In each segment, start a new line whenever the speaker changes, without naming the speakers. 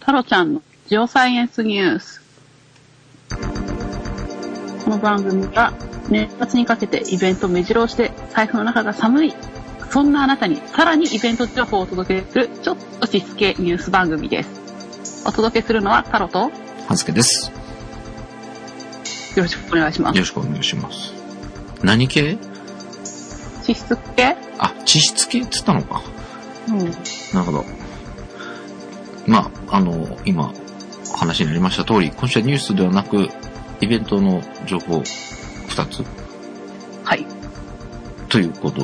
タロちゃんのジオサイエンスニュース。この番組は年末にかけてイベント目白押しで財布の中が寒い。そんなあなたにさらにイベント情報をお届けするちょっとしつけニュース番組です。お届けするのはタロとよ
はずけです。よ
ろしくお願いします
ろ。しくお願いします。何系
地質系
あ、地質系って言ったのか。
うん。
なるほど。まあ、あの、今、話になりました通り、今週はニュースではなく、イベントの情報2つ
はい。
ということ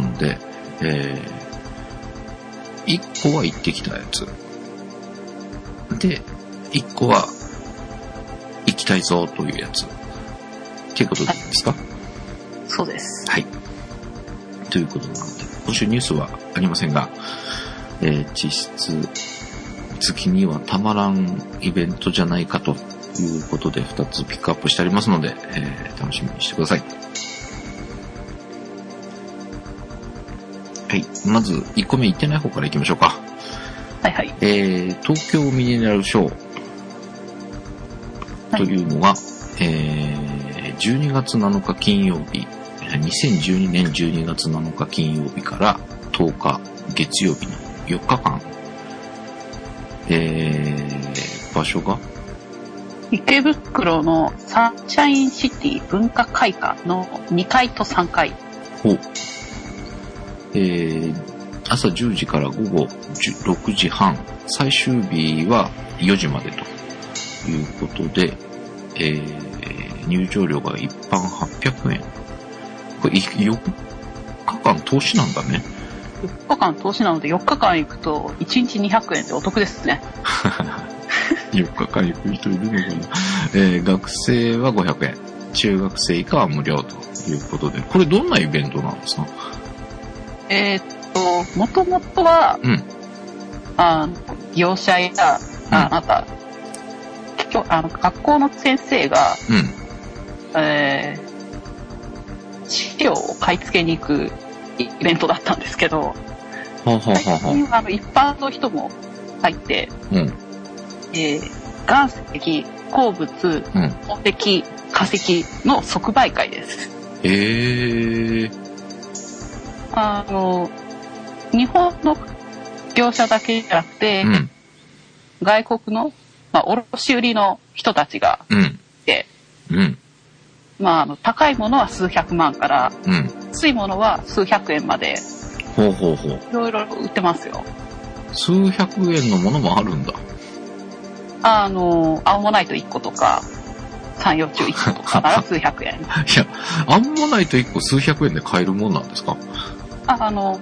なので、えー、1個は行ってきたやつ。で、1個は行きたいぞというやつ。っていうことでいいですか
そうです。
はい。ということなので、今週ニュースはありませんが、えー実質、月にはたまらんイベントじゃないかということで、2つピックアップしてありますので、えー楽しみにしてください。はい。まず、1個目行ってない方から行きましょうか。
はいはい。
えー東京ミネラルショー
は
と
い
いうのが、えー12月7日金曜日、2012年12月7日金曜日から10日月曜日の4日間、えー場所が、
池袋のサンシャインシティ文化会館の2階と3階。
おえー朝10時から午後10 6時半、最終日は4時までということで、えー入場料が一般800円。これ、い4日間投資なんだ ね。
4日間投資なので4日間行くと1日200円でお得ですね。
4日間行く人いるのかな、えー学生は500円。中学生以下は無料ということで、これどんなイベントなんですか
えーっと、もともとは、
うん
あの業者や、あ
うん
あなた、きょあの学校の先生が、
うん。
えー資料を買い付けに行くイベントだったんですけど、
はあ、はあはあ
最
は
近あの一般の人も入って、
あ、うん。
えー岩石、鉱物、
うん
宝石、化石の即売会です。
えー。
あの、日本の業者だけじゃなくて、
うん。
外国の、まあ、卸売の人たちが
うん。
いて、
うん。
まあ、あの高いものは数百万から、
うん。
安いものは数百円まで、
ほうほうほう。
いろいろ売ってますよ。
数百円のものもあるんだ。
あの、アンモナイト1個とか、三葉虫1個とか なら数百円。
いや、アンモナイト1個数百円で買えるもんなんですか
ああの、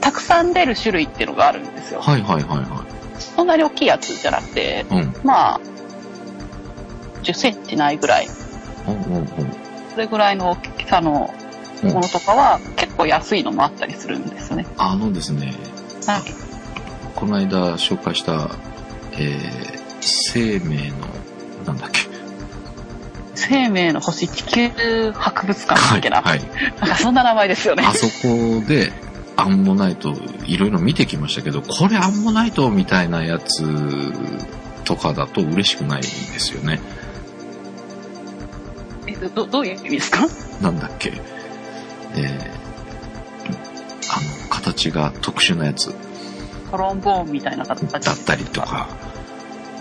たくさん出る種類っていうのがあるんですよ。
はいはいはいは
そんなに大きいやつじゃなくて、
い。うん。
まあ、10センチないぐらい。
うんうんうん。
それぐらいの大きさのものとかは結構安いのもあったりするんですよね。
あのですね、
はい。
この間紹介した、えー、生命の、なんだっけ。
生命の星地球博物館だっけな。
はい。
なんかそんな名前ですよね。
あそこで、アンモナイトいろいろ見てきましたけど、これアンモナイトみたいなやつとかだと嬉しくないですよね。
えどどういう意味ですか
なんだっけ、えーあの、形が特殊なやつ
トロンボーンみたいな形。
だったりとか、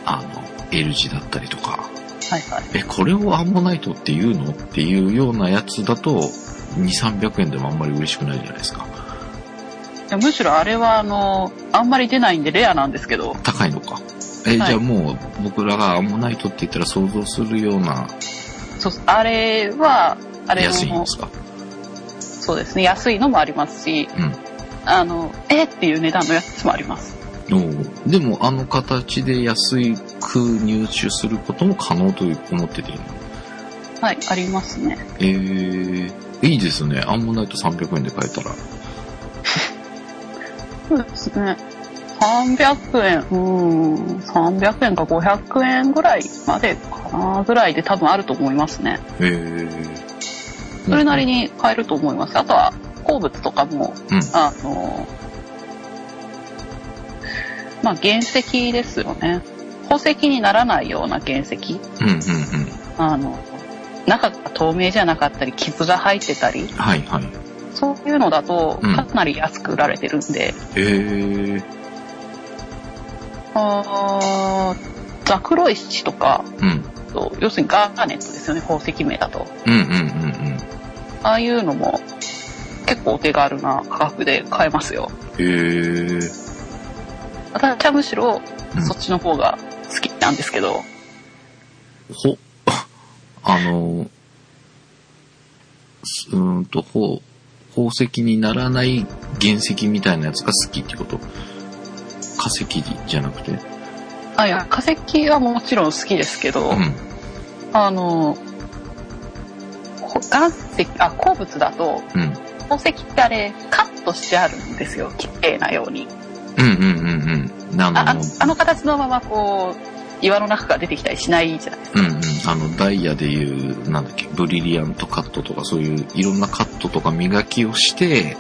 あの、L 字だったりとか、
はいはい。
え、これをアンモナイトっていうのっていうようなやつだと、2、300円でもあんまり嬉しくないじゃないですか。
いやむしろあれはあの、あんまり出ないんでレアなんですけど、
高いのか。え、
はい
じゃあもう僕らがアンモナイトって言ったら想像するような
そうあれは、あれ
安いん
も
で、すか
そうですね、安いのもありますし、
うん。
あの、えっていう値段のやつもあります。
おうでもあの形で安く入手することも可能と思ってていいの
はい、ありますね。
えー、いいですね。アンモナイト300円で買えたら。
そうですね。300円、うーん、300円か500円ぐらいまでかなぐらいで多分あると思いますね。
えー、
それなり
に。
に買えると思います。あとは、鉱物とかも、
うん
あの、まあ原石ですよね宝石にならないような原石
うんうんうん。
あの中が透明じゃなかったり傷が入ってたり
はいはい。
そういうのだと
うん
かなり安く売られてるんで、
へえ。
あーザクロイチとか
うん。
と要するにガーネットですよね宝石名だと
うんうんうん
ああいうのも結構お手軽な価格で買えますよ
うん。へえ。
私はむしろ
うん
そっちの方が好きなんですけど、
ほ、 あの、すうーんと、ほ宝石にならない原石みたいなやつが好きってこと化石じゃなくて。
あいや化石はもちろん好きですけど、
うん。
あのこ岩石あ鉱物だと
うん。
宝石ってあれカットしてあるんですよ綺麗なように
うんうんうんうん。あの、
ああのあの形のままこう岩の中から出てきたりしないじゃないですか
うんうん。あの、ダイヤでいう、なんだっけ、ブリリアントカットとか、そういういろんなカットとか磨きをして、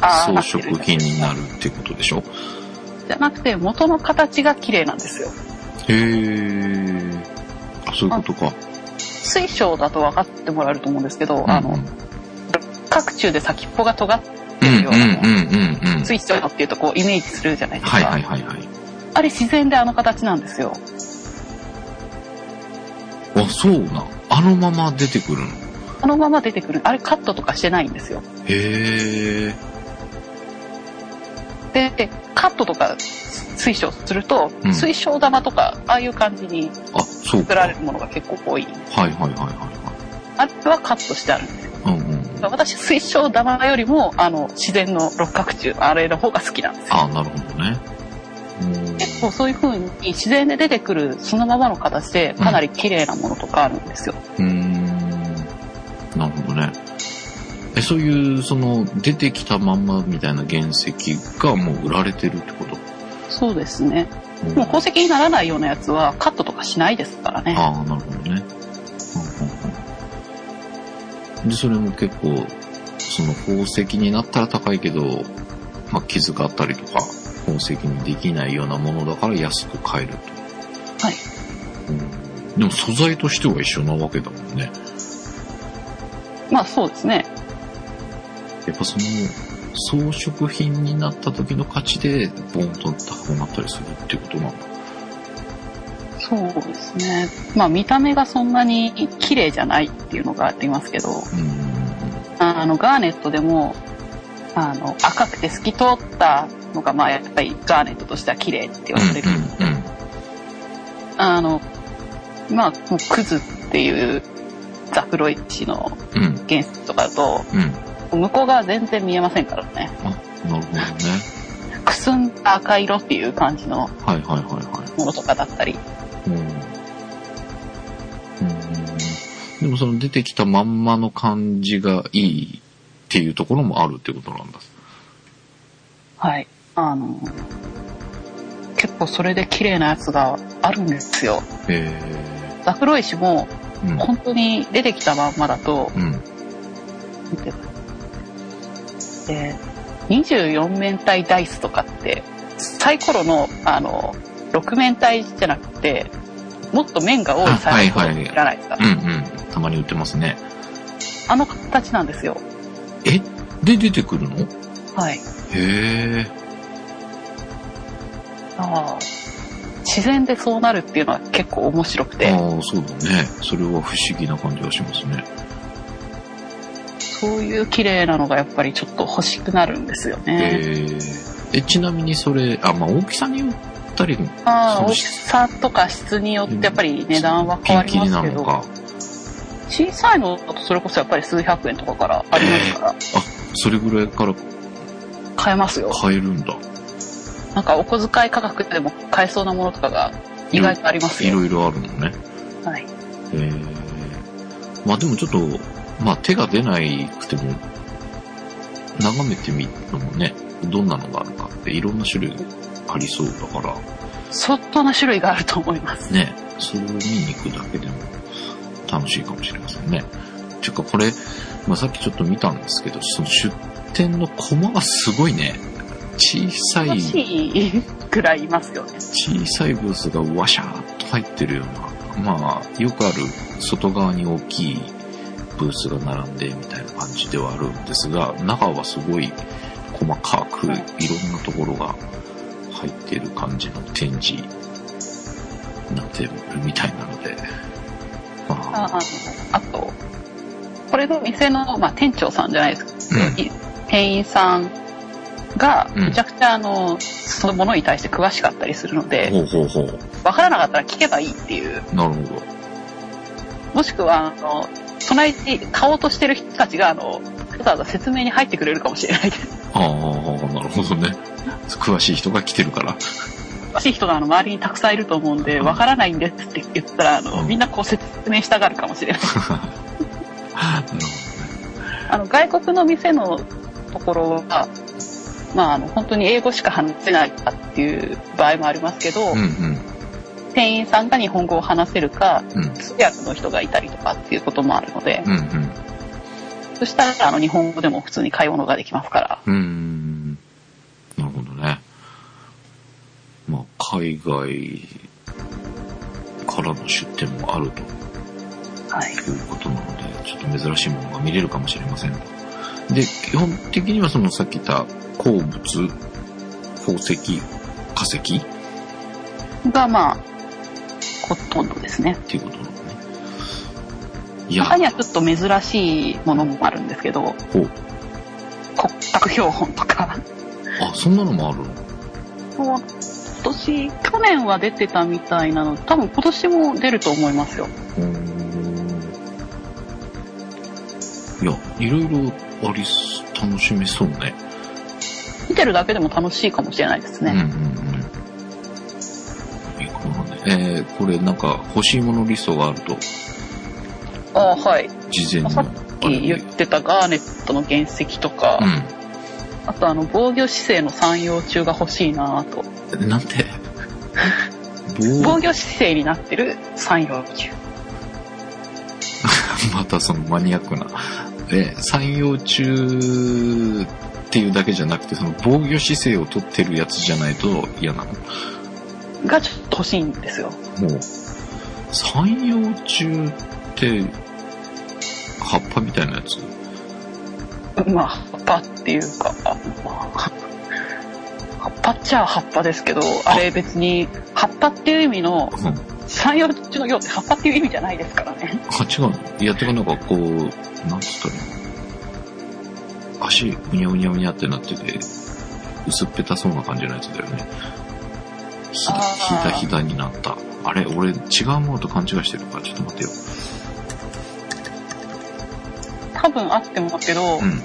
あーなって
装
る
飾品になるってことでしょ
じゃなくて元の形が綺麗なんですよ
へえ。あ、そういうことか。
水晶だと分かってもらえると思うんですけど、あ
う
の
ん
各中で先っぽが尖って
うん
るような、
うんうんうんうん。
水晶っていうとこうイメージするじゃないですか、
はいはいはいはい。
あれ自然であの形なんですよ
あ、そうなん。あのまま出てくるの。
あのまま出てくるあれカットとかしてないんですよ
へえ。
ででカットとか水晶すると、
うん
水晶玉とかああいう感じに
あ、そう
作
か。
ら
はい
れるものが結構多い
はいはいは
あれはカットしてあるんですよ
いはい。うんうん。
私水晶玉よりもあの自然の六角柱あれの方が好きなんですよ
あ、なるほどね。うん
結構そういう風に自然で出てくるそのままの形でかなり綺麗なものとかあるんですよ、
うーん。なるほどね。え、そういう、その、出てきたまんまみたいな原石がもう売られてるってこと
そうですね
うん
もう宝石にならないようなやつはカットとかしないですからね
ああ、なるほどね。うんうんうんで、それも結構、その宝石になったら高いけど、まあ、傷があったりとか、宝石にできないようなものだから安く買えると。
はい
うんでも素材としては一緒なわけだもんね。
まあそうですね
やっぱその、装飾品になった時の価値で、ボンと高くなったりするってことなんだ。
そうですねまあ見た目がそんなに綺麗じゃないっていうのがありますけど
うん。
あのガーネットでもあの赤くて透き通ったのがまあやっぱりガーネットとしては綺麗って言われる、
うん、うん、うん。
あのまあもうクズっていうザクロイチの
うん、
原石とかだと
うん。
向こう側全然見えませんからね
あ、なるほどね。
くすんだ赤色っていう感じの
はいはいはいはい。
ものとかだったり
うん。うん。でもその出てきたまんまの感じがいいっていうところもあるってことなんだ。
はいあの結構それで綺麗なやつがあるんですよ
へ
ザクロイチも
え。うん。
本当に出てきたまんまだと
うん。
なんていうかえー24面体ダイスとかってサイコロのあの6面体じゃなくてもっと面が多いサイコ
あは
ロ
いはい
じゃないですか、
うんうん。たまに売ってますね。
あの形なんですよ
えで出てくるのへ
はい
え。
あー自然でそうなるっていうのは結構面白くて
ああ、そうだね。それは不思議な感じがしますね。
そういう綺麗なのがやっぱりちょっと欲しくなるんですよね、
へえ。え、ちなみにそれ、あ、まあ大きさによったり、
ああ
そう
大
で
き
す
さとか質によってやっぱり値段は変わり
ピンキリ
ます
な
け
の
ど
か。
小さいのだとそれこそやっぱり数百円とかからありますから
それぐらいから
買えますよ
買えるんだ。
なんかお小遣い価格でも買えそうなものとかが意外とあります
い
よ。
ろいろあるのね。
はい。
えーまあでもちょっと、まあ手が出ないくても、眺めてみるのもね、どんなのがあるかっていろんな種類ありそうだから、
相当な種類があると思います。
ね、それを見に行くだけでも楽しいかもしれませんね。ていうかこれ、まあさっきちょっと見たんですけど、その出店のコマがすごいね、小さ
欲
い、
しいくらいいますよね。
小さいブースがワシャーっと入ってるような、まあ、よくある外側に大きいブースが並んでみたいな感じではあるんですが、中はすごい細かくいろんなところが入ってる感じの展示になってるみたいなので、まあ、
あああと、これの店の、まあ、店長さんじゃないですか。
うん
い店員さんが、
うん
めちゃくちゃ、あの、そのものに対して詳しかったりするので、
ほうほうほう。
わからなかったら聞けばいいっていう。
なるほど。
もしくは、あの、隣に買おうとしてる人たちが、あの、わざわざ説明に入ってくれるかもしれないです。
ああ、なるほどね。詳しい人が来てるから。
詳しい人があの周りにたくさんいると思うんで、わからないんですって言ったら、あの、みんなこう説明したがるかもしれない。
なるほ
あの外国の店のところは、まあ、あの本当に英語しか話せないかっていう場合もありますけど、
どね。うんうん。
店員さんが日本語を話せるか
うん
通訳の人がいたりとかっていうこともあるので、
うんうん。
そしたらあの日本語でも普通に買い物ができますから
うーん。なるほどね。まあ、海外からの出店もあると
はい
いうことなので、ちょっと珍しいものが見れるかもしれませんが。で、基本的にはそのさっき言った鉱物、宝石、化石
がまあほとんどですね
っていうことなのね。いや、
中にはちょっと珍しいものもあるんですけど
ほう
骨格標本とか
あ、そんなのもあるの
もう今年去年は出てたみたいなので多分今年も出ると思いますよ
うーんいや、いろいろありす、楽しめそうね。
見てるだけでも楽しいかもしれないです
うんうんう
ね。
ん。いいかもね。えー、これなんか欲しいものリストがあると、
ああはい。
事前の
さっ
あれで
言ってたガーネットの原石とか、あとあの防御姿勢の三葉虫が欲しいなぁと。
うん。なんて、
防
棒、
御姿勢になってる三葉虫。
またそのマニアックな。えー、三葉中っていうだけじゃなくて、その防御姿勢を取ってるやつじゃないと嫌なの。
がちょっと欲しいんですよ。
もう、三葉虫って、葉っぱみたいなやつ
まあ葉っぱっていうか、まあ、葉っ葉っぱっちゃ葉っぱですけど、あれ別に葉っぱっていう意味の
うん。
三葉虫の葉って葉っぱっていう意味じゃないですからね。
あ、違うのいや、てかなんかこう、なんつったらいいの足、うにゃうにゃうにゃってなってて、薄っぺたそうな感じのやつだよね。ひだ、
あ
ひ
ー
だひだになった。あれ俺、違うものと勘違いしてるから、ちょっと待ってよ。
多分あってもだけど、
うん。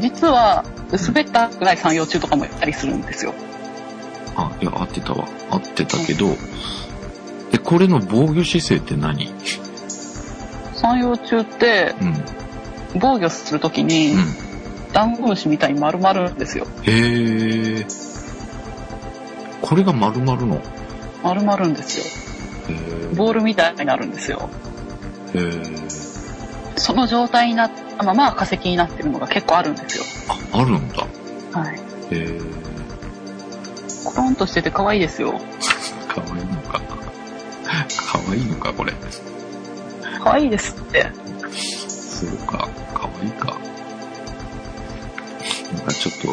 実は薄べったくない三葉虫とかもやったりするんですよ。
あ、いや、合ってたわ。合ってたけど、え、これの防御姿勢って何
三葉虫って
うん。
防御するときに
うん。
ダンゴムシみたいに丸まるんですよ
へえ。これが丸々の。
丸まるんですよ
へー
ボールみたいになるんですよ
へー
その状態になったまま化石になってるのが結構あるんですよ
あ、あるんだ。
はい
へえ。
コロンとしてて可愛いですよ
かわいいのか。かわいいのか、これ。
可愛いですって
そうか。かわいいか。なんかちょっと、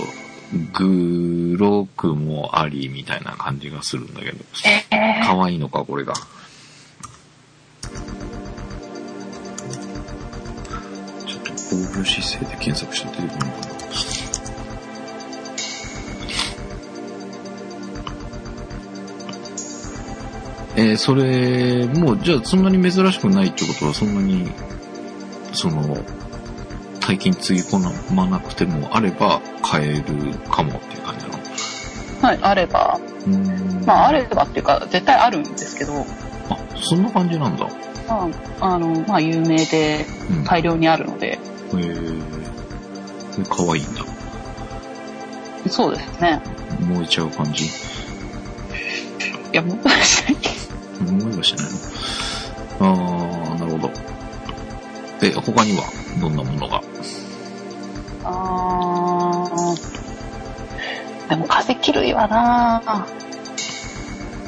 グロくもありみたいな感じがするんだけど。
ええ
かわいいのか、これが。ちょっと防御姿勢で検索して出てくるのかな。えーそれ、もう、じゃあそんなに珍しくないってことは、そんなに、その、大金つぎ込まなくてもあれば買えるかもっていう感じなの
はいあれば
うーん
まああればっていうか絶対あるんですけど、
あ、そんな感じなんだ。
まあ、あのまあ有名で
うん
大量にあるので
へーえ。かわいいんだ。
そうですね
燃えちゃう感じ。
い やもっとしたいけど
燃えはしないのあー、なるほど。で、他にはどんなものが
あーでも化石類はなあ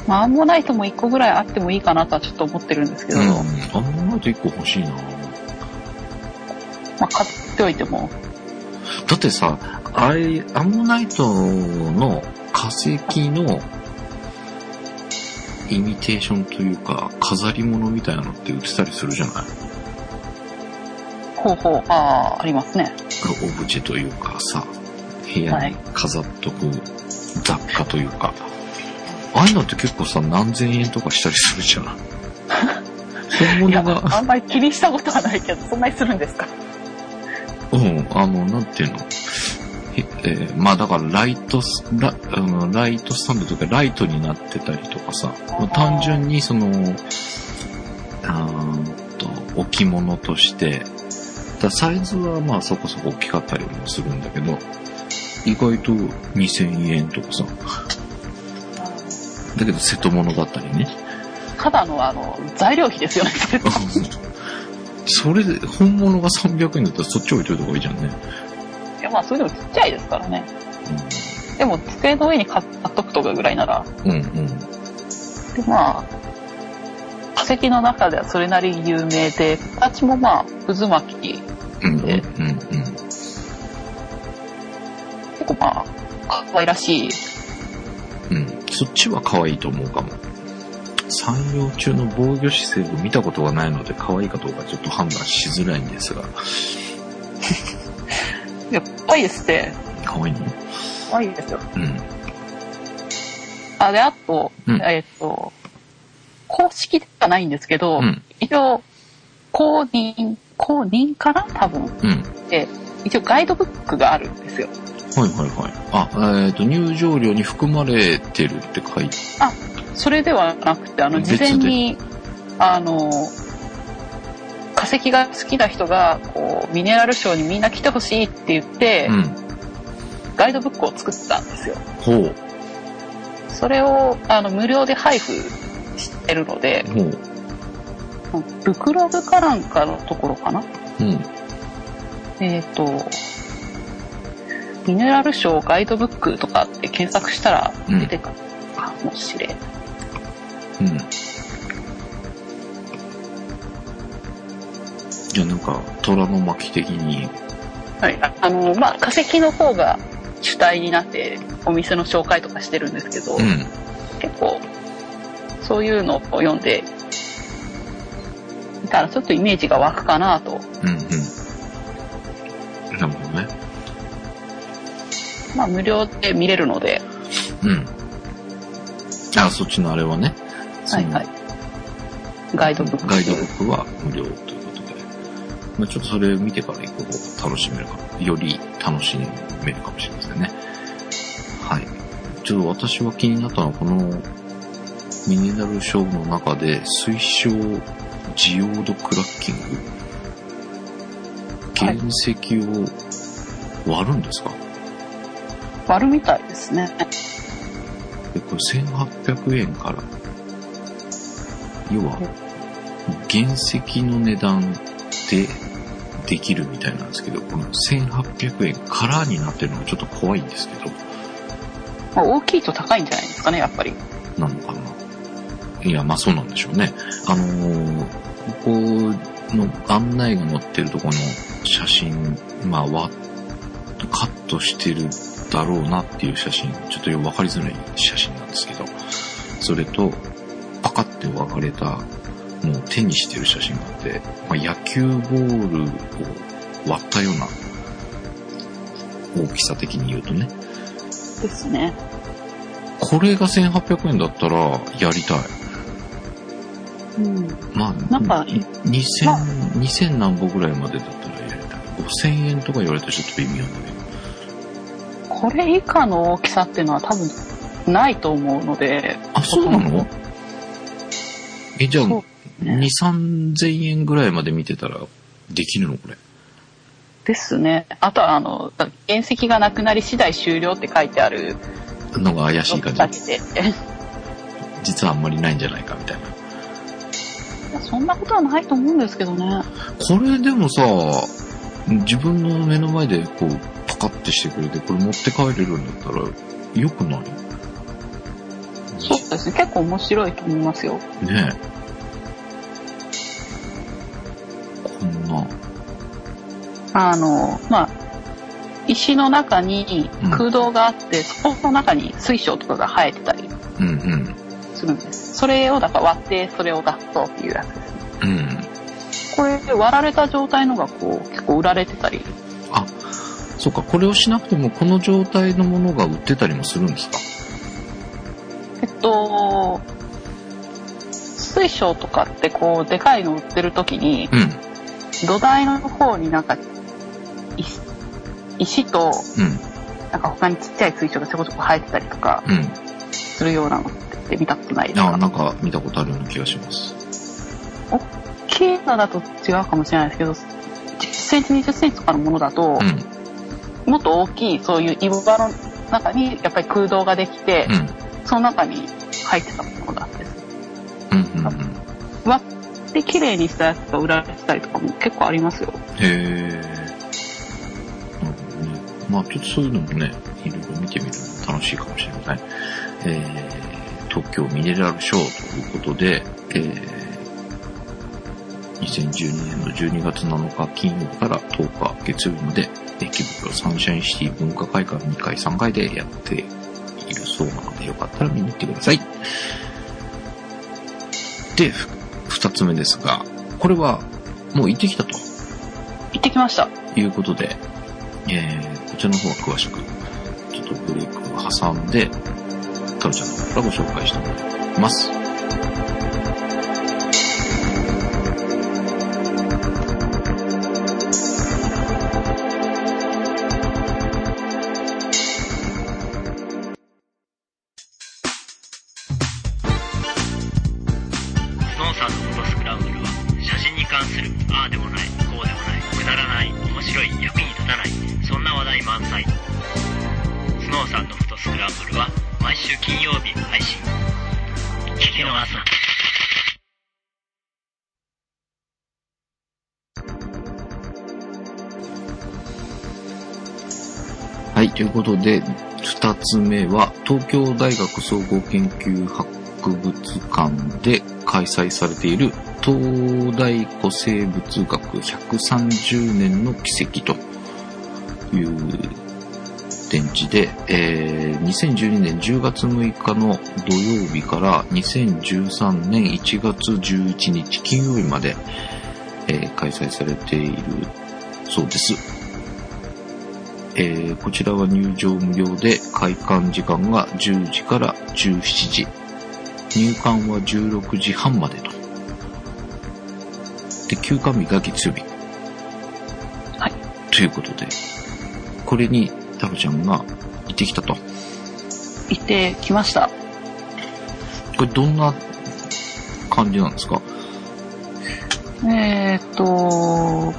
まあアンモナイトも1個ぐらいあってもいいかなとはちょっと思ってるんですけど、
うん。
ま
あんまり一個欲しいな。
あ買っておいても
だってさ、あれ、アンモナイトの化石のイミテーションというか、飾り物みたいなのって売ってたりするじゃない
方法ああありますね
オブジェというかさ、部屋に飾っとく雑貨というか、ああいうのって結構さ、何千円とかしたりするじゃん。そういうも
い
の
や
が、
あんまり気にしたことはないけどそんなにするんですか
うん、あの、なんていうの。へえーまあだからライトス、ラあのライトスタンドというかライトになってたりとかさ、まあ単純にその、あーっと、置物として、だサイズはまあそこそこ大きかったりもするんだけど、意外と2000円とかさ、だけど瀬戸物だったりね。
ただのあの材料費ですよね それ
あそれで本物が300円だったらそっち置いといた方がいいじゃんね。
いやまあそれでもちっちゃいですからねでも机の上に買っ買っとくとかぐらいなら
うん、うん、うん。
でまあ化石の中ではそれなりに有名で形もまあ渦巻き
うんうん
え
うん
結構まあ可愛らしい
うんうんそっちは可愛いと思うかも山陽中の防御姿勢を見たことがないので可愛いかどうかちょっと判断しづらいんですが
やっぱりですね
可愛いの
可愛いですよ
うん
あであと、
うん
えっ、と公式ではないんですけど、
うん
一応公認公認かな多分
うん
で一応ガイドブックがあるんですよ
はいはいはいあえっ、と入場料に含まれてるって書いて
それではなくてあの事
別で
前にあの化石が好きな人がこうミネラルショーにみんな来てほしいって言って、
うん
ガイドブックを作ったんですよ
ほう
それをあの無料で配布してるので
ほう
ブクログかなんかのところかな
うん
えっ、とミネラルショーガイドブックとかって検索したら出てくるかもしれん、
うんじゃあなんか虎の巻的に
はい、ああのまあ化石の方が主体になってお店の紹介とかしてるんですけど、
うん
結構そういうのを読んでいたらちょっとイメージが湧くかなと
うんうんなるほどね
まあ無料で見れるので
うん。あ、そっちのあれはね。
はいはいガイドブック
ガイドブックは無料ということで。まあ、ちょっとそれ見てから行く方が楽しめるかもより楽しめるかもしれませんね。はい。ちょっと私は気になったのは、このミネラルショーの中で推奨ジオードクラッキング。
は
原
い
石を割るんですか、
割るみたいですね
でこれ1800円から要は原石の値段でできるみたいなんですけどこの1800円からになってるのがちょっと怖いんですけど
まあ大きいと高いんじゃないですかねやっぱり
なのかないやまあそうなんでしょうねあのーここの案内が載ってるところの写真まあわカットしてるだろうなっていう写真ちょっとよくわかりづらい写真なんですけどそれとパカって分かれたもう手にしてる写真があって、まあ、野球ボールを割ったような大きさ的に言うとね
ですね
これが1800円だったらやりたい
うん
まあ、
なんか
に2000、
まあ
2000何歩ぐらいまでだったらやりたい。5000円とか言われたらちょっと微妙だけど。
これ以下の大きさっていうのは多分ないと思うので
あ、そうなのえ、じゃあ、
そ
2、3000円ぐらいまで見てたらできるのこれ。
ですねあとはあの原石がなくなり次第終了って書いてある
のが怪しい感じ
だ。けで
実はあんまりないんじゃないかみたいな。
そんなことはないと思うんですけどね
これでもさ、自分の目の前でこう、パカってしてくれて、これ持って帰れるんだったら良くない
そうですね。結構面白いと思いますよ。
ねえ。こんな、
あの、まあ、石の中に空洞があって、そこの中に水晶とかが生えてたり
うんうん、
するんです。それをだから割って、それを出そうっていうやつです。
うん。
これ割られた状態のがこう結構売られてたり
あ、そうか、これをしなくてもこの状態のものが売ってたりもするんですか
えっと水晶とかってこうでかいの売ってる時に
うん、
土台の方になんか石石と
うん、
なんか他にちっちゃい水晶がちょこちょこ生えてたりとか
うん。
するようなのって見たことないです
あ、
か
なんか見たことあるような気がします。
綺麗なだと違うかもしれないですけど10センチ20センチとかのものだと
うん、、
もっと大きいそういう岩場の中にやっぱり空洞ができて、
うん、
その中に入ってたものだったんです
うん、うん、うん。
割って綺麗にしたやつが売られてたりとかも結構ありますよ。
へえ。なるほどね。まあちょっとそういうのもね、いろいろ見てみるのも楽しいかもしれません。えー、東京ミネラルショーということで、えー、2012年の12月7日金曜から10日月曜日まで、駅袋サンシャインシティ文化会館2階3階でやっているそうなので、よかったら見に行ってください。で、ふ二つ目ですが、これはもう行ってきたと。
行ってきました。
ということで、えー、こちらの方は詳しく、ちょっとブレイクを挟んで、タロちゃんの方からご紹介してもらいます。
ノンさんのことスクランブルは写真に関するああでもないこうでもないくだらない面白い役に立たないそんな話題満載スノーさんのフォトスクランブルは毎週金曜日配信聞き逃すな
はい、ということで、二つ目は、東京大学総合研究博物館で開催されている、東大古生物学130年の奇跡という展示で、えー2012年10月6日の土曜日から2013年1月11日金曜日まで、えー開催されているそうです。えーこちらは入場無料で開館時間が10時から17時入館は16時半までとで休館日が月曜日
はい
ということでこれにタロちゃんが行ってきたと
行ってきました。
これどんな感じなんですか
えーっと、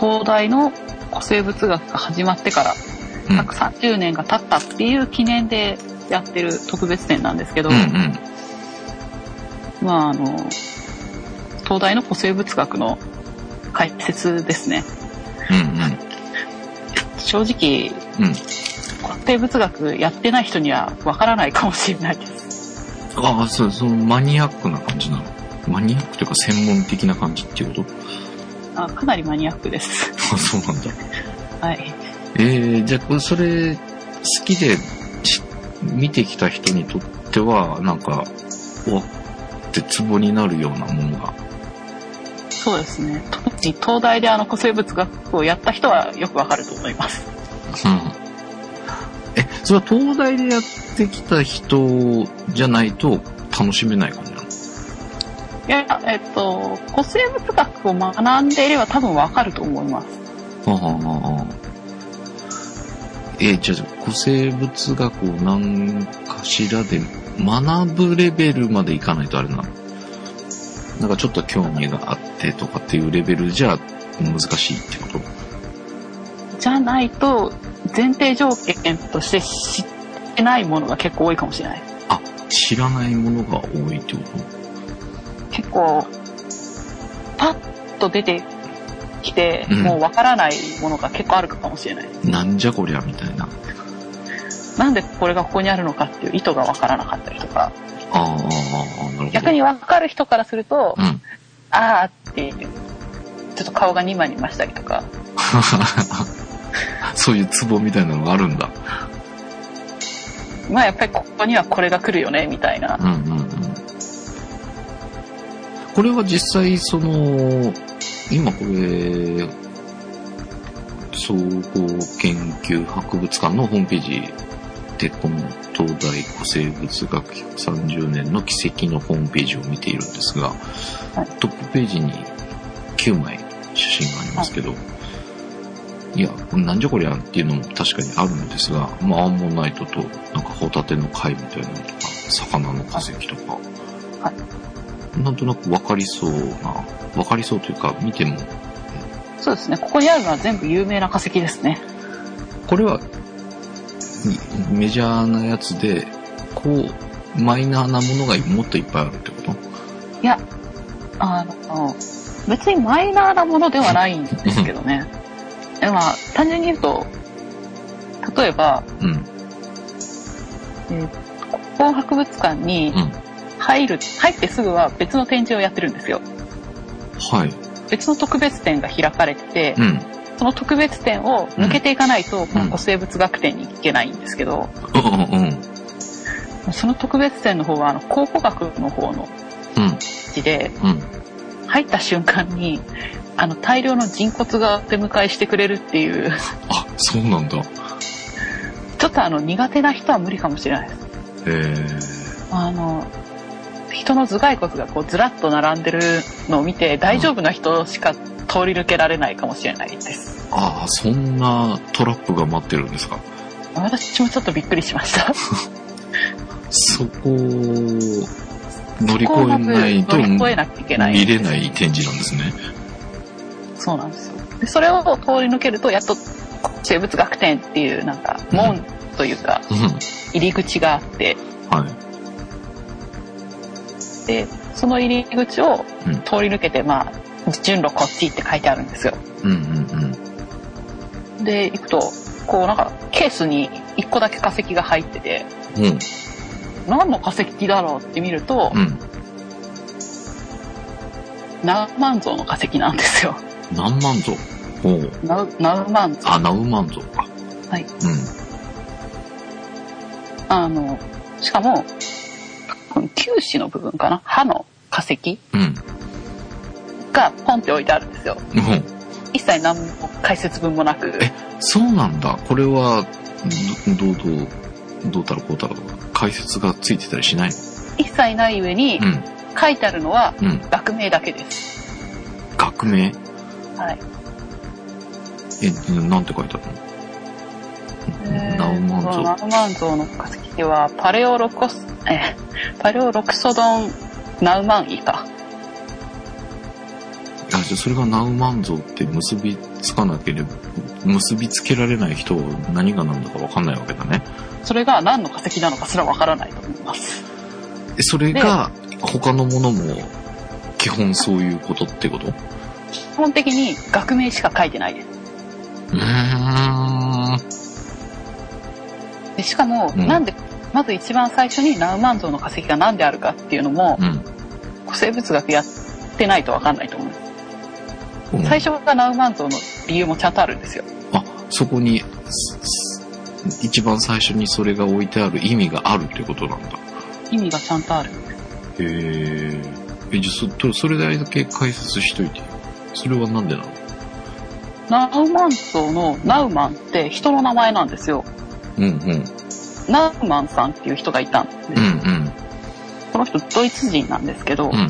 東大の古生物学が始まってから
うん
130年が経ったっていう記念でやってる特別展なんですけど、
うんうん
まああの、東大の古生物学の解説ですね。正直、
うんうんうん
古生物学やってない人にはわからないかもしれないです。
ああそうそのマニアックな感じなのマニアックというか専門的な感じっていうこと
あかなりマニアックです。
あそうなんだ
はい。
えー、じゃあこれそれ好きでし見てきた人にとってはなんかおってツボになるようなものが
そうですね。特に東大であの古生物学をやった人はよくわかると思います。
うんえそれは東大でやってきた人じゃないと楽しめない感じなの
いや、えっと、古生物学を学んでいれば多分わかると思います。
はあはあはあえーじゃあ古生物学を何かしらで学ぶレベルまでいかないとあれなのなんかちょっと興味があってとかっていうレベルじゃ難しいってこと
じゃないと、前提条件として知ってないものが結構多いかもしれない。
あ知らないものが多いってこ
結構、パッと出てきて、
うん
もうわからないものが結構あるかもしれない。
となんじゃこりゃみたいな
なんでこれがここにあるのかっていう意図がわからなかったりとか
あーあー、あーなるほど。
逆にわかる人からすると、
うん。
あーっていうちょっと顔がにまにましたりとか
そういうツボみたいなのがあるんだ。
まあやっぱりここにはこれが来るよねみたいな
うんうんうん。これは実際、その、今これ、総合研究博物館のホームページで、この東大古生物学130年の奇跡のホームページを見ているんですが、
はい
トップページに9枚写真がありますけど、いや、なんじゃこりゃっていうのも確かにあるんですが、まあ、アンモナイトと、なんかホタテの貝みたいなのとか、魚の化石とか、
は
なんとなく分かりそうな、分かりそうというか、見ても、
そうですねここにあるのは全部有名な化石ですね
これは、にメジャーなやつで、こう、マイナーなものがもっといっぱいあるってこと
いやあの別にマイナーなものではないんですけど ねでもまあ単純に言うと例えば、
うん、
えーここの博物館に
うん。
入る入ってすぐは別の展示をやってるんですよ
はい。
別の特別展が開かれてて、
うん。
その特別展を抜けていかないと、この古生物学展に行けないんですけど、
うんうんうん。
その特別展の方は、あの、考古学の方の
うん、
地で、
うん。
入った瞬間に、あの、大量の人骨が出迎えしてくれるっていう、
あ、そうなんだ。へ
ちょっとあの、苦手な人は無理かもしれないです。
え。
あの、人の頭蓋骨がこう、ずらっと並んでるのを見て、大丈夫な人しか通り抜けられないかもしれないです。
ああ、そんなトラップが待ってるんですか
私もちょっとびっくりしました。
そこを乗り越えないと
乗り越えなきゃいけない。
見れない展示なんですね。
そうなんですよ。でそれを通り抜けるとやっと生物学展っていうなんか門というか
うん。
入り口があって
はい。
でその入り口を
うん
通り抜けて、まあ順路こっちって書いてあるんですよ。
うんうん
で行くとこうなんかケースに1個だけ化石が入ってて
うん。うん。
何の化石だろうって見ると
うん。
ナウマンゾウの化石なんですよ。
何万像おう。
ナウナウマンゾウ
あ、ナウ万像か。
はい。
う
あのしかもこの臼歯の部分かな歯の化石
ん。うん。
がポンって置いてあるんですよ。
うん。
一切何も解説文もなく
えそうなんだ。これは、どどうどう、どうたらこうたらとか、解説がついてたりしない
一切ない上に
の
書いてあるのは
うん。うん。
学名だけです
学名
はい
え、なんて書いてあるのナウマン
えーと
像
ナウマンゾウの化石はパレオロコスえーパレオロクソドンナウマンイか
あじゃあそれがナウマンゾウって結びつかなければ結びつけられない人を何が何だか分かんないわけだね
それが何の化石なのかすらわからないと思います
えそれが他のものも基本そういうことってことう
基本的に学名しか書いてないです
ーんあ
でしかも、
うん
なんでまず一番最初にナウマンゾウの化石が何であるかっていうのも
うん
古生物学やってないとわかんないと思います
うん
最初がナウマンゾウの理由もちゃんとあるんですよ
あそこにすす一番最初にそれが置いてある意味があるってことなんだ
意味がちゃんとある
へーえじゃあそとそれだけ解説しといてよそれはなんでなの
ナウマンゾウのナウマンって人の名前なんですよ。
うんうん
ナウマンさんっていう人がいたんです
う
ね。
んうん
この人ドイツ人なんですけど、
うん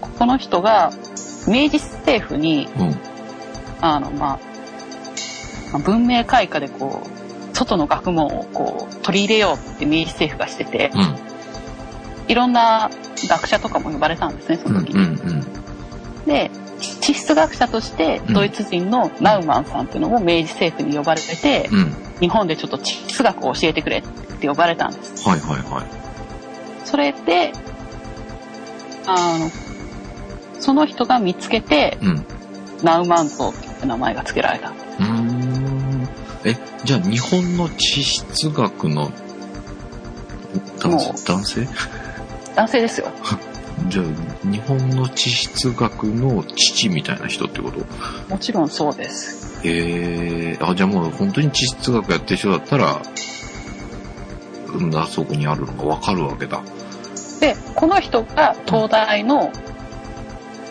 この人が明治政府に、
うん
あの、まあ、文明開化でこう、外の学問をこう取り入れようって明治政府がしてて、
うん
いろんな学者とかも呼ばれたんですね、そ
うん
の時に。
うん
で、地質学者としてドイツ人のナウマンさんっていうのも明治政府に呼ばれてて、
うんうん
日本でちょっと地質学を教えてくれって呼ばれたんです。
はいはいはい
それで、あの、その人が見つけて、
うん。う
ナウマンゾウって名前が付けられた。
ーん。え、じゃあ日本の地質学の男
も
性男性
男性ですよ。
じゃあ日本の地質学の父みたいな人ってこと
もちろんそうです。
へえあじゃあもう本当に地質学やってる人だったらうんあそこにあるのがわかるわけだ
で、この人が東大の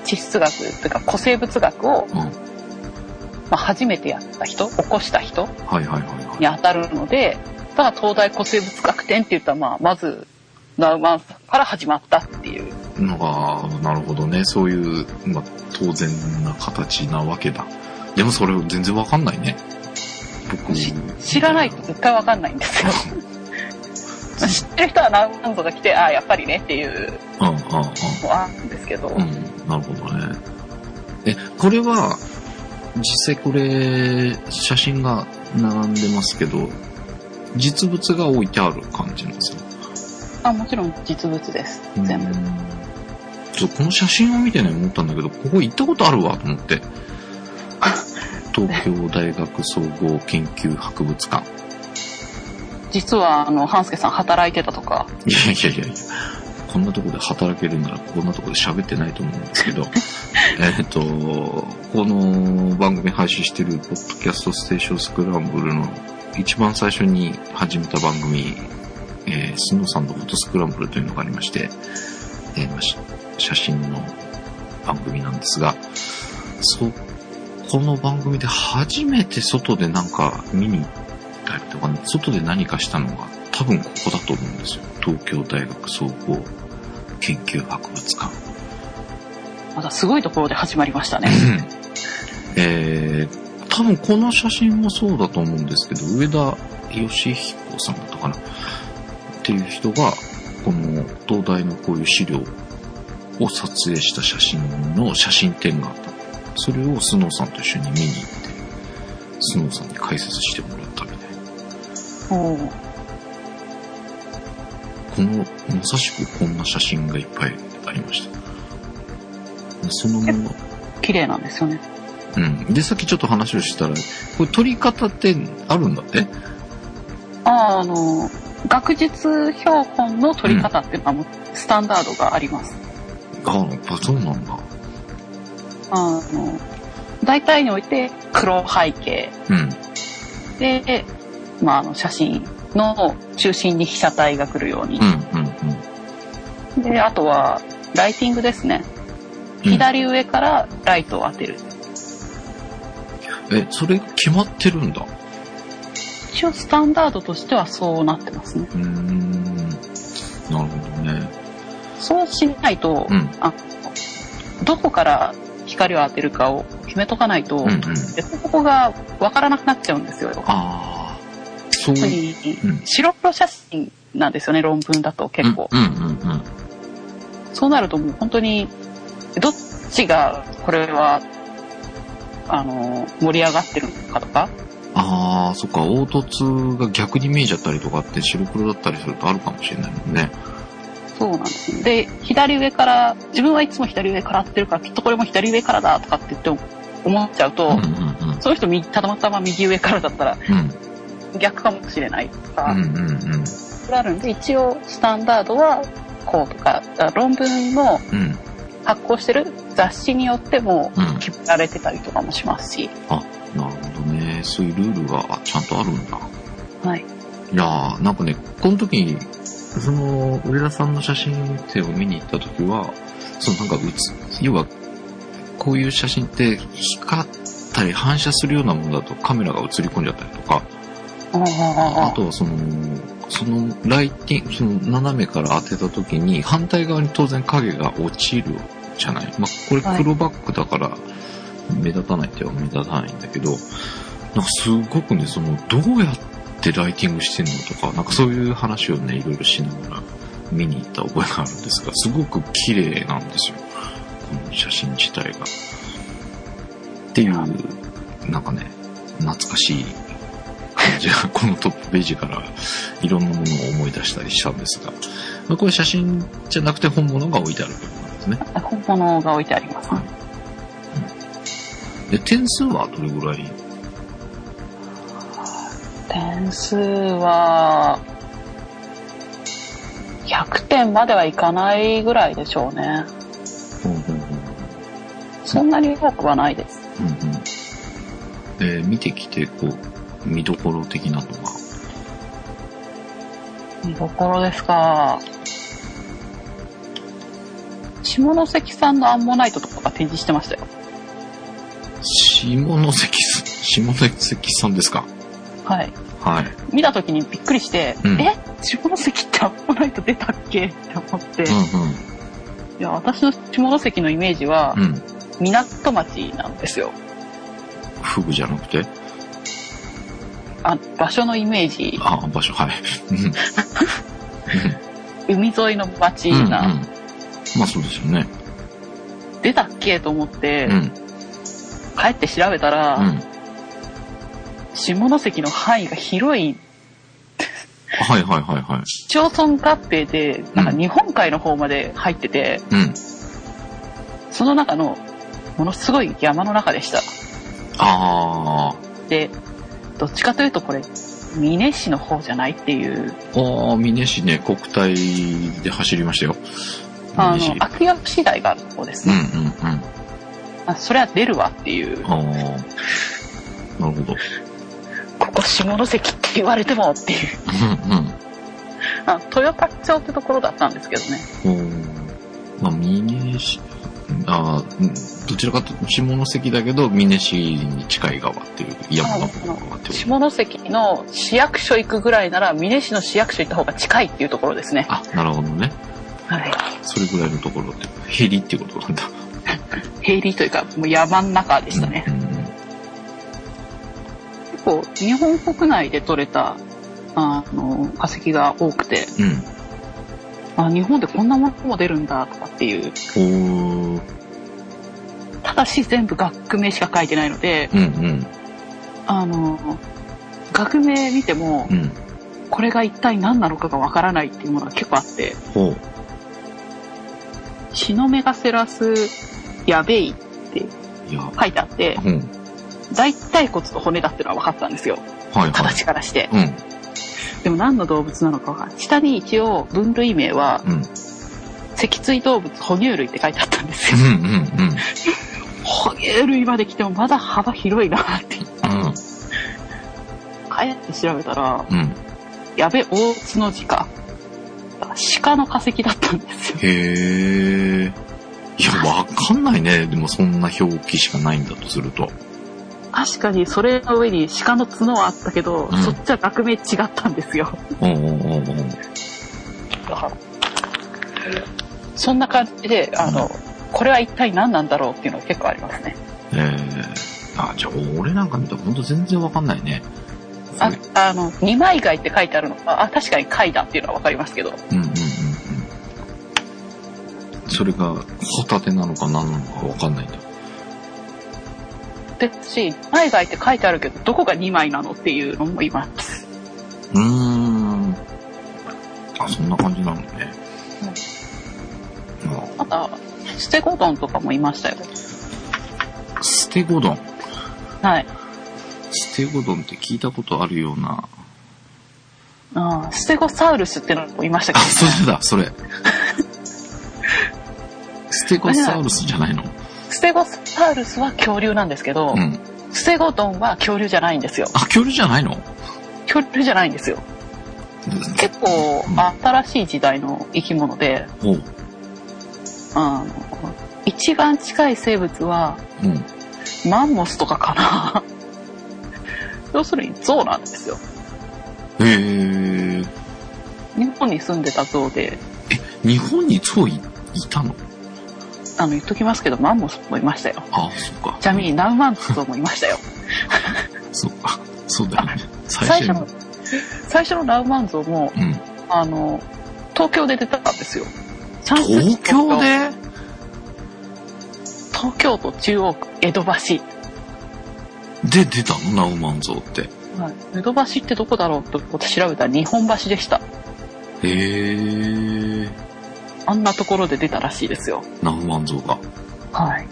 地質学というか古生物学を、
うん
まあ、初めてやった人、起こした人
はいはいはいはい
に当たるので、だから東大古生物学展って言ったら、まあ、まず、ナウマンさんから始まったっていう。
のが、なるほどね。そういう、まあ、当然な形なわけだ。でもそれ全然わかんないね。僕
し知らないと絶対わかんないんですよ。知ってる人は何何度か来て、ああ、やっぱりねっていう
うんうんうん。
のはあるんですけど、
うん、なるほどね。え、これは、実際これ、写真が並んでますけど、実物が置いてある感じなんですよ。
あもちろん実物です。全
う
部。
んちょっとこの写真を見てね、思ったんだけど、ここ行ったことあるわ、と 思って。東京大学総合研究博物館。
実は、あの、半助さん働いてたとか、
いやいやいやいや、こんなとこで働けるなら、こんなとこで喋ってないと思うんですけど、えっと、この番組配信してる、ポッドキャストステーションスクランブルの一番最初に始めた番組、えー、スノーさんのフォトスクランブルというのがありまして、えーまあし写真の番組なんですが、そ、この番組で初めて外でなんか見に行ったりとか、外で何かしたのが多分ここだと思うんですよ。東京大学総合研究博物館。
またすごいところで始まりました ね。
えー、多分この写真もそうだと思うんですけど、上田義彦さんだったかなっていう人が、この東大のこういう資料を撮影した写真の写真展があった。それをスノーさんと一緒に見に行って、スノーさんに解説してもらったみたいな。
おー
この、まさしくこんな写真がいっぱいありました。そのもの、
綺麗なんですよね。
うん。で、さっきちょっと話をしてたら、これ撮り方ってあるんだって
あーあの、学術標本の取り方って、まあもうスタンダードがあります。
ああ、やっぱそうなんだ。
あの、大体において黒背景
うん。
で、まあ、あの写真の中心に被写体が来るように
う。ん、うん、
で、あとはライティングですね。
うん。
左上からライトを当てる。
うんえ、それ決まってるんだ。
一応スタンダードとしてはそうなってますね。
うーん。なるほどね。
そうしないと、
うん。
どこから光を当てるかを決めとかないと、
うん、うん。
でここがわからなくなっちゃうんですよ。やっ
ああ。そう
ぱ
いう。
り
うん
白黒写真なんですよね、論文だと結構。
うん、うん、うんうん。
そうなるともう本当に、どっちがこれは、あの、盛り上がってるのかとか、
ああ、そっか、凹凸が逆に見えちゃったりとかって白黒だったりするとあるかもしれないもんね。
そうなんですね。で、左上から、自分はいつも左上からやってるから、きっとこれも左上からだとかって言っても思っちゃう
うん、
と
う、ん、うん。
その人み、たまたま右上からだったら
うん。
逆かもしれないと
う
か、
んうんうん。
それあるんで、一応スタンダードはこうとか、だから論文の
うん
発行してる雑誌によっても
うん。
決められてたりとかもしますし、
なるほどね。そういうルールがあちゃんとあるんだ。
はい。
いやー、なんかね、この時に、その、上田さんの写真展を見に行った時は、そのなんかうつ、要は、こういう写真って光ったり反射するようなものだとカメラが映り込んじゃったりとか、あとはその、そのライティング、その斜めから当てた時に反対側に当然影が落ちるじゃない。まあ、これ
はい
黒バックだから目立たないっては目立たないんだけど、なんかすごくね、その、どうやってライティングしてんのとか、なんかそういう話をね、いろいろしながら見に行った覚えがあるんですが、すごく綺麗なんですよ。この写真自体が。っていう、なんかね、懐かしい感じが、 このトップページからいろんなものを思い出したりしたんですが、まあこれ写真じゃなくて本物が置いてあるということなんですね。
本物が置いてあります。
で、点数はどれぐらい
点数は、100点まではいかないぐらいでしょうね。
うんうんうん
そんなに多くはないです。
うんうんえー見てきて、こう、見どころ的なのが。
見どころですか。下関産のアンモナイトとか展示してましたよ。
下関す、下関さんですか
はい。
はい。
見た時にびっくりして、
うん
え下関ってアンモナイト出たっけって思って、い
うん
や、私の下関のイメージは、
うん。うん。
港町なんですよ。
フグじゃなくて
あ、場所のイメージ、
あ、場所、はい。うん
海 沿いの町な、
うんうんまあそうですよね。
出たっけと思って、
うん。
帰って調べたら、
うん。
下関の範囲が広い
はいはいはいはい。
市町村合併で、なんか
うん
日本海の方まで入ってて、
うん。
その中のものすごい山の中でした。
あ
で、どっちかというとこれ、美祢市の方じゃないっていう、
ー。あー、美祢市ね、国体で走りましたよ。
あ
美
の、
祢市。
悪役次第があるとこです
うんう
ね。
んうん。
あそれは出るわっていう、
あー。なるほど。
ここ下関って言われてもっていう、
うんうん。
あ豊田町ってところだったんですけどね。
おまあ、ミネシ、あーうんどちらかというと下関だけど、ミネシに近い側っていう、山の方側っていう。
下関の市役所行くぐらいなら、美祢市の市役所行った方が近いっていうところですね。
あ、なるほどね。
はい。
それぐらいのところって、ヘリっていうことなんだ。
平理というか、もう山の中でしたね。
うんうんうん
結構、日本国内で採れた、あの、化石が多くて、
うん。
あ、日本でこんなものも出るんだとかっていう。
おー
ただし全部学名しか書いてないので、
うんうん。
あの、学名見ても
う、ん。
これが一体何なのかがわからないっていうものが結構あって、
ほう。
シノメガセラスやべいって
いや、
書いてあって、
うん。
大腿骨と骨だってのは分かったんですよ。
はいはい。
形からして。
うん。
でも何の動物なのかが。下に一応分類名は、
うん。
脊椎動物哺乳類って書いてあったんですよ。
うんうんうん。
哺乳類まで来てもまだ幅広いなって。
うん。
帰って調べたら、
うん。
やべ、大角鹿。鹿の化石だったんですよ。
へえ。いや、わかんないね。でもそんな表記しかないんだとすると。
確かにそれの上に鹿の角はあったけど、
うん
そっちは学名違ったんですよ。
うんうんうんうん。
だから、そんな感じで、あの、これは一体何なんだろうっていうのが結構ありますね。
えー、あ、じゃあ俺なんか見たらほんと全然わかんないね。
ああの二枚貝って書いてあるのはあ確かに貝だっていうのは分かりますけど
うんうんうんうん。それがホタテなのか何なのかわかんないんだ。
ですし二枚貝って書いてあるけどどこが2枚なのっていうのもいます
うーん。あ、そんな感じなのね。
ま
あ
たステゴドンとかもいましたよ
ステゴドン。
はい
ステゴドンって聞いたことあるような。
あーステゴサウルスっていうのもいましたけ
あ、
ど
それだ、そ れ。ステゴサウルスじゃないの
ステゴサウルスは恐竜なんですけど、
うん。
ステゴドンは恐竜じゃないんですよ
あ、恐竜じゃないの
恐竜じゃないんですよ結構
うん
新しい時代の生き物で
おう。
あの一番近い生物は
うん。
マンモスとかかな 要するに象なんですよ
へえ。
日本に住んでた象で
日本にゾウいいたの
あの言っときますけどマンモスもいましたよ
あ、そっか。
ちなみにナウマンツゾウもいま したよ
そっか。そうだよね。
最初
最初
の
の。
最初のナウマンゾウも
うん。
あの東京で出たんですよチャンス
東京で
東京都中央区江戸橋、
で出たのナウマンゾウって。
はい江戸橋ってどこだろうってこと調べたら日本橋でした
へえ。
あんなところで出たらしいですよ
ナウマンゾウが。
はい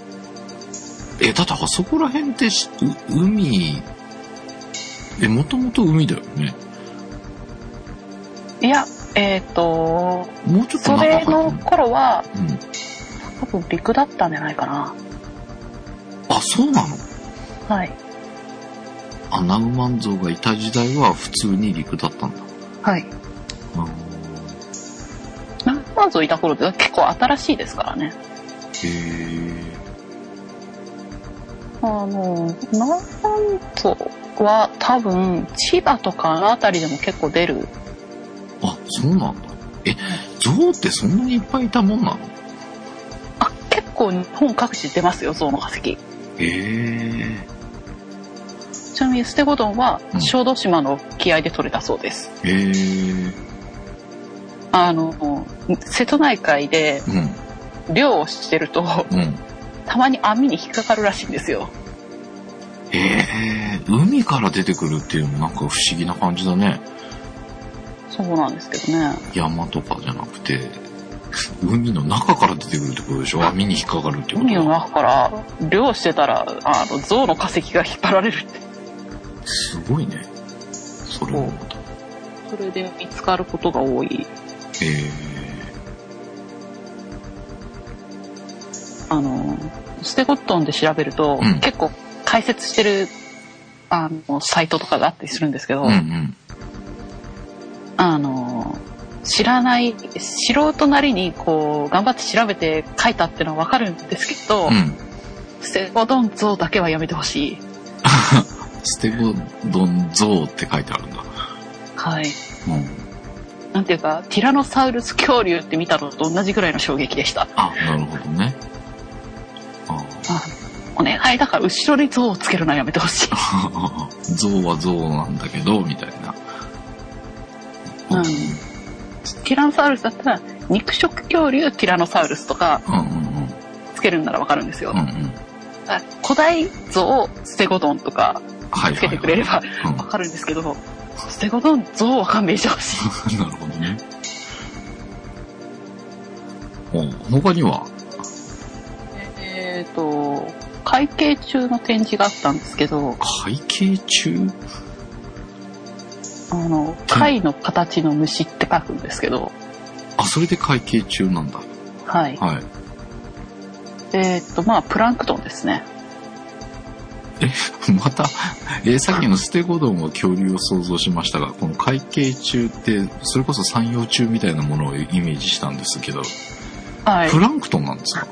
え、だってあそこら辺ってしう海え、もともと海だよね。
いや、えっ、と、
もうちょっと
そ
中
れ
入
の
って
頃は、
んのうん。
多分陸だったんじゃないかな。
あ、そうなの
はい。
アナウマンゾウがいた時代は普通に陸だったんだ。
はい。
うん、
ナンバーズいた頃って結構新しいですからね。
へ
あの、ナンバーズは多分千葉とかのあたりでも結構出る。
ーあ、そうなんだ。え、ゾウってそんなにいっぱいいたもんなの
あ、結構日本各地出ますよ、ゾウの化石。
へえ。
ちなみにステゴドンは
うん
小豆島の沖合で取れたそうです。
へえ。
あの、瀬戸内海で
うん、
漁をしてると、
うん。
たまに網に引っかかるらしいんですよ。
へえ。海から出てくるっていうのなんか不思議な感じだね。
そうなんですけどね。
山とかじゃなくて、海の中から出てくるってことでしょ網に引っかかるってこと
海の
は。
中から漁してたら、あの、象の化石が引っ張られるって。
すごいね。それもまた。
それで見つかることが多い。
へえ。
あの、ステゴットンで調べると、
うん
結構解説してる、あの、サイトとかがあったりするんですけど、
うんうん。
あの、知らない、素人なりにこう、頑張って調べて書いたってのはわかるんですけど、
うん。
ステゴドン像だけはやめてほしい。
ステゴドンゾウって書いてあるんだ。
はい。
うん。
なんていうか、ティラノサウルス恐竜って見たのと同じぐらいの衝撃でした。
あ、なるほどね。あ
お願いだから後ろに像をつけるのはやめてほしい。
あ、 ゾウはゾウなんだけど、みたいな。
うんティラノサウルスだったら、肉食恐竜ティラノサウルスとか
うんうん
つけるんならわかるんですよ。
うん。うんうん。
あ古代像ステゴドンとか
はいはいはい。
つけてくれれば
うん。
わかるんですけど、ステゴドン像は勘弁してほしい。
なるほどね。お他には、
えっと、会計中の展示があったんですけど、
会計中
あの、貝の形の虫って書くんですけど、
あ、それで会計中なんだ。
はい。
はい。
えっ、と、まあ、プランクトンですね。
また、えーさっきのステゴドンは恐竜を想像しましたが、この会計中って、それこそ山陽中みたいなものをイメージしたんですけど、
はい。
プランクトンなんですか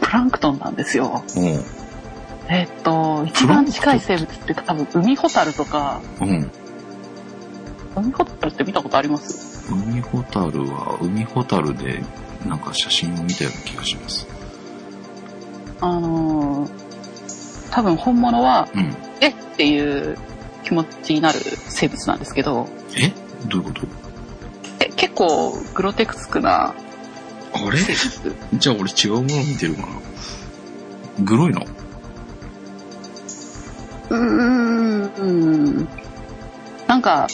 プランクトンなんですよ。
うん。
えっ、と、一番近い生物って多分、海ホタルとか、
うん。
海ホタルって見たことあります
海ホタルは、海ホタルで、なんか写真を見たような気がします。
あのー、多分本物は、
うん。
えっていう気持ちになる生物なんですけど、
えどういうこと
え結構グロテクスクな
あ
生物。
じゃあ俺違うもの見てるかな。グロいの
うーん。なんか、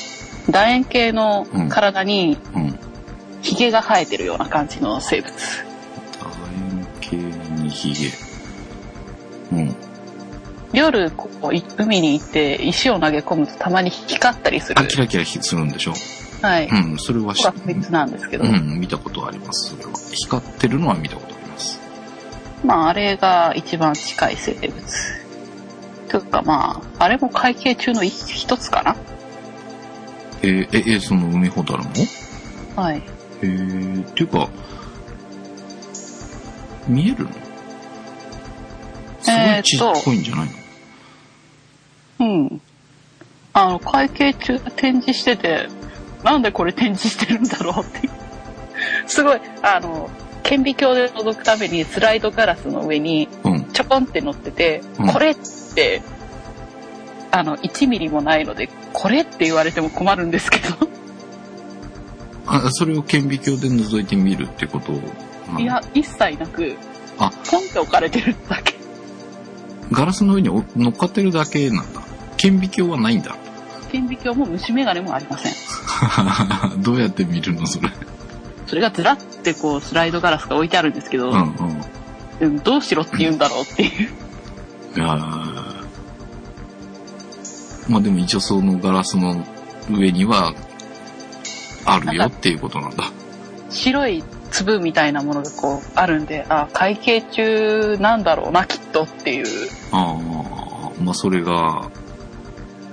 楕円形の体に
うん。
ヒゲが生えてるような感じの生物。
楕円形にヒゲ。うん。
夜、こうい海に行って石を投げ込むとたまに光ったりする
あ、。キラキラするんでしょ。
はいう
ん、それは
こ
知
こ
っ
が別なんですけど、
うん、見たことあります。それは。光ってるのは見たことあります。
まああれが一番近い生物。というかまあ、あれも会計中の一一つか
えーえ、え、その海ホタルも
なはい。
えー、っていうか、見えるのすご
えー
い
っと
ちっこいんじゃないの、
うん。あの、会計中展示してて、なんでこれ展示してるんだろうって。 すごい、あの、顕微鏡で覗くためにスライドガラスの上に
うん。
ちょこんって乗ってて、
うん
これって、あの、1ミリもないので、これって言われても困るんですけど。
あ、それを顕微鏡で覗いてみるってこと
いや、一切なく、
あ
ポンって置かれてるだけ。
ガラスの上にお乗っかってるだけなんだ。顕微鏡はないんだ。
顕微鏡も虫眼鏡もありません。
どうやって見るのそれ。
それがずらってこう、スライドガラスが置いてあるんですけ
う
ど、
んうん。
うんどうしろって言うんだろうっていう。
いやーまあでも一応そのガラスの上にはあるよっていうことなんだ。
白い粒みたいなものがこうあるんであ会計中なんだろうなきっとっていう
ああ、まあそれが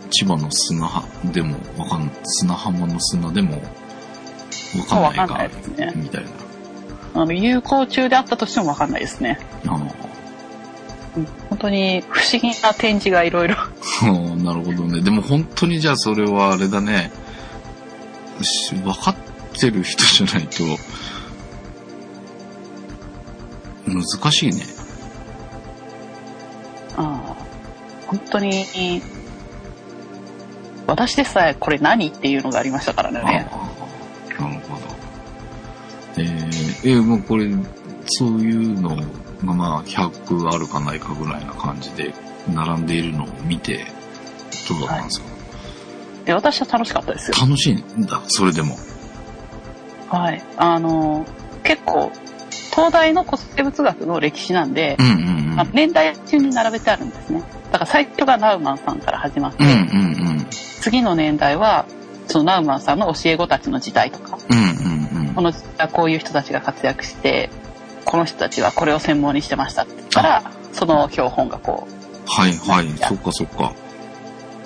千葉の砂浜でもわかん、砂浜の砂でもわかんない
わかん
が
ないですね
みたいな。
あの有効中であったとしても分かんないですね、
ああ
うん、本当に不思議な展示がいろいろ
うん なるほどね。でも本当にじゃあそれはあれだね。し分かってる人じゃないと、難しいね。
ああ本当に私でさえこれ何っていうのがありましたから
ああ
ね
なるほど。えー、えーもうこれ、そういうのがまあ100あるかないかぐらいな感じで並んでいるのを見て、どうだったんですか、
で私は楽しかったですよ
楽しいんだ、それでも。
はいあの結構東大の古生物学の歴史なんで
う、んうんうん。
あの年代順に並べてあるんですねだから最初がナウマンさんから始まって、
うんうんうん。
次の年代はそのナウマンさんの教え子たちの時代とか
うんうんうん。
この時代はこういう人たちが活躍してこの人たちはこれを専門にしてましたって言ったらその標本がこ
はいはい、そっかそっか。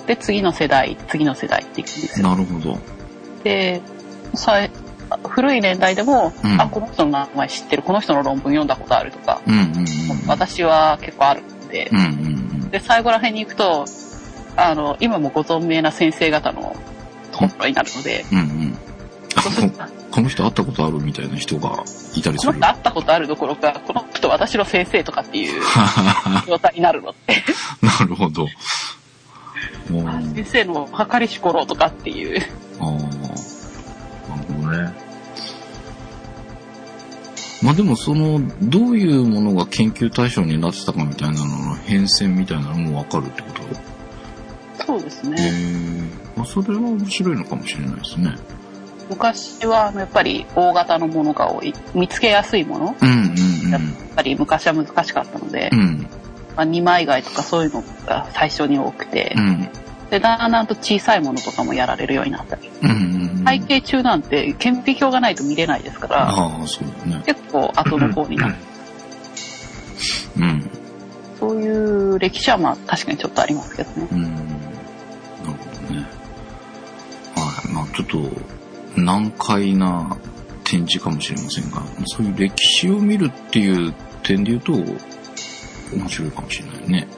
うで次の世代次の世代っていくんですよ
なるほど。
でさい古い年代でも、
うん
あこの人の名前知ってるこの人の論文読んだことあるとか、
うんうんうん。
私は結構あるんで
うんうんうん。
で最後ら辺に行くとあの今もご存命な先生方のところになるので、
うんうん。あ
そうすると
ここの人会ったことあるみたいな人がいたり
こ
す
の
る
人。会ったことあるどころかこの人私の先生とかっていう状態になるので
なるほど。おー
先生の計りし頃とかっていう
あーなるほどね。まあでもその、どういうものが研究対象になってたかみたいなのの変遷みたいなのもわかるってこと
そうです
へ
ね
え。まあそれは面白いのかもしれないですね。
昔はあのやっぱり大型のものが多い見つけやすいものや
うんうん
っぱり昔は難しかったので
うん。う、ん
まあ、二枚貝とかそういうのが最初に多くて
う、ん。
でだんだんと小さいものとかもやられるようになったり
うんうんうん。
背景中なんて顕微鏡がないと見れないですから、
ああ、そうだね。
結構後の方になる、
うん。
そういう歴史はまあ確かにちょっとありますけどね
うん。なるほどね。はい。まあちょっと、難解な展示かもしれませんが、そういう歴史を見るっていう点で言うと、面白いかもしれないね。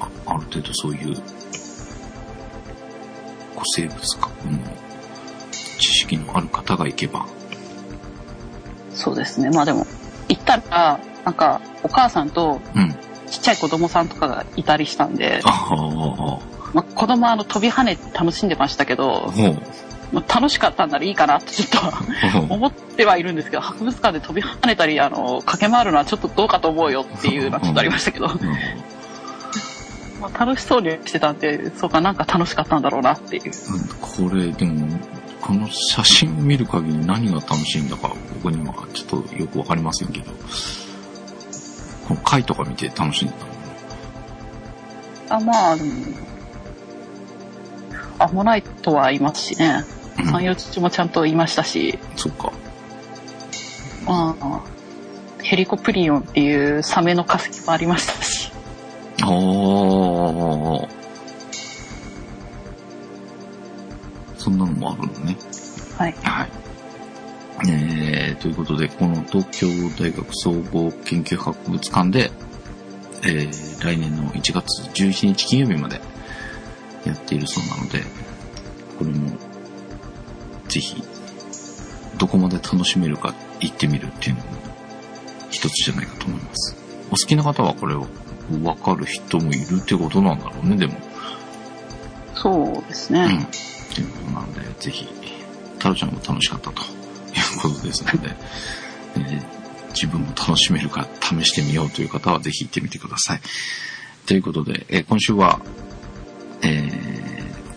あある程度そういう、古生物学の知識のある方がいけば。
そうですねまあでも行ったらなんかお母さんと
うん。
ちっちゃい子供さんとかがいたりしたんで
あ、あ、あ
まあ、子供はあの飛び跳ねて楽しんでましたけ
あ、
ど、
ほう。
まあ、楽しかったんならいいかなってちょっと
ほう
思ってはいるんですけど博物館で飛び跳ねたりあの駆け回るのはちょっとどうかと思うよっていうのはちょっとありましたけどまあ楽しそうにしてたんでそうかなんか楽しかったんだろうなっていう
これでもこの写真を見る限り何が楽しいんだか僕にはちょっとよくわかりませんけどこの貝とか見て楽しんでた
あ
の
まあうんアンモナイトはいますしね
うん
三葉父もちゃんといましたし、
そっか
まあ、ヘリコプリオンっていうサメの化石もありましたし
ああそんなのもあるのね
はい
はいえー、ということでこの東京大学総合研究博物館で、えー、来年の1月11日金曜日までやっているそうなので、これも、ぜひ、どこまで楽しめるか行ってみるっていうのも、一つじゃないかと思います。お好きな方はこれを分かる人もいるってことなんだろうね、でも。
そうです
うん。
ね、
っていうことなので、ぜひ、タロちゃんも楽しかったということですので、 えー自分も楽しめるか試してみようという方はぜひ行ってみてください。ということで、えー今週は、えー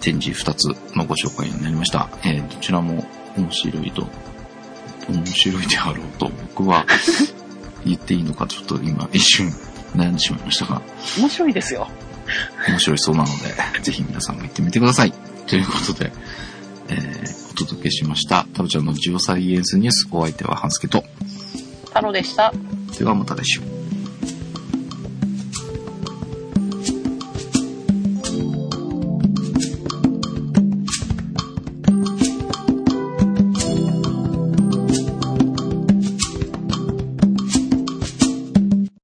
展示2つのご紹介になりました。えーどちらも面白いと、面白いであろうと、僕は 言っていいのかちょっと今一瞬悩んでしまいましたが、
面白いですよ
面白いそうなので、ぜひ皆さんも行ってみてください。ということで、えー、お届けしました。タブちゃんのジオサイエンスニュース、お相手はハンスケと。
太郎でした。
ではまた来週。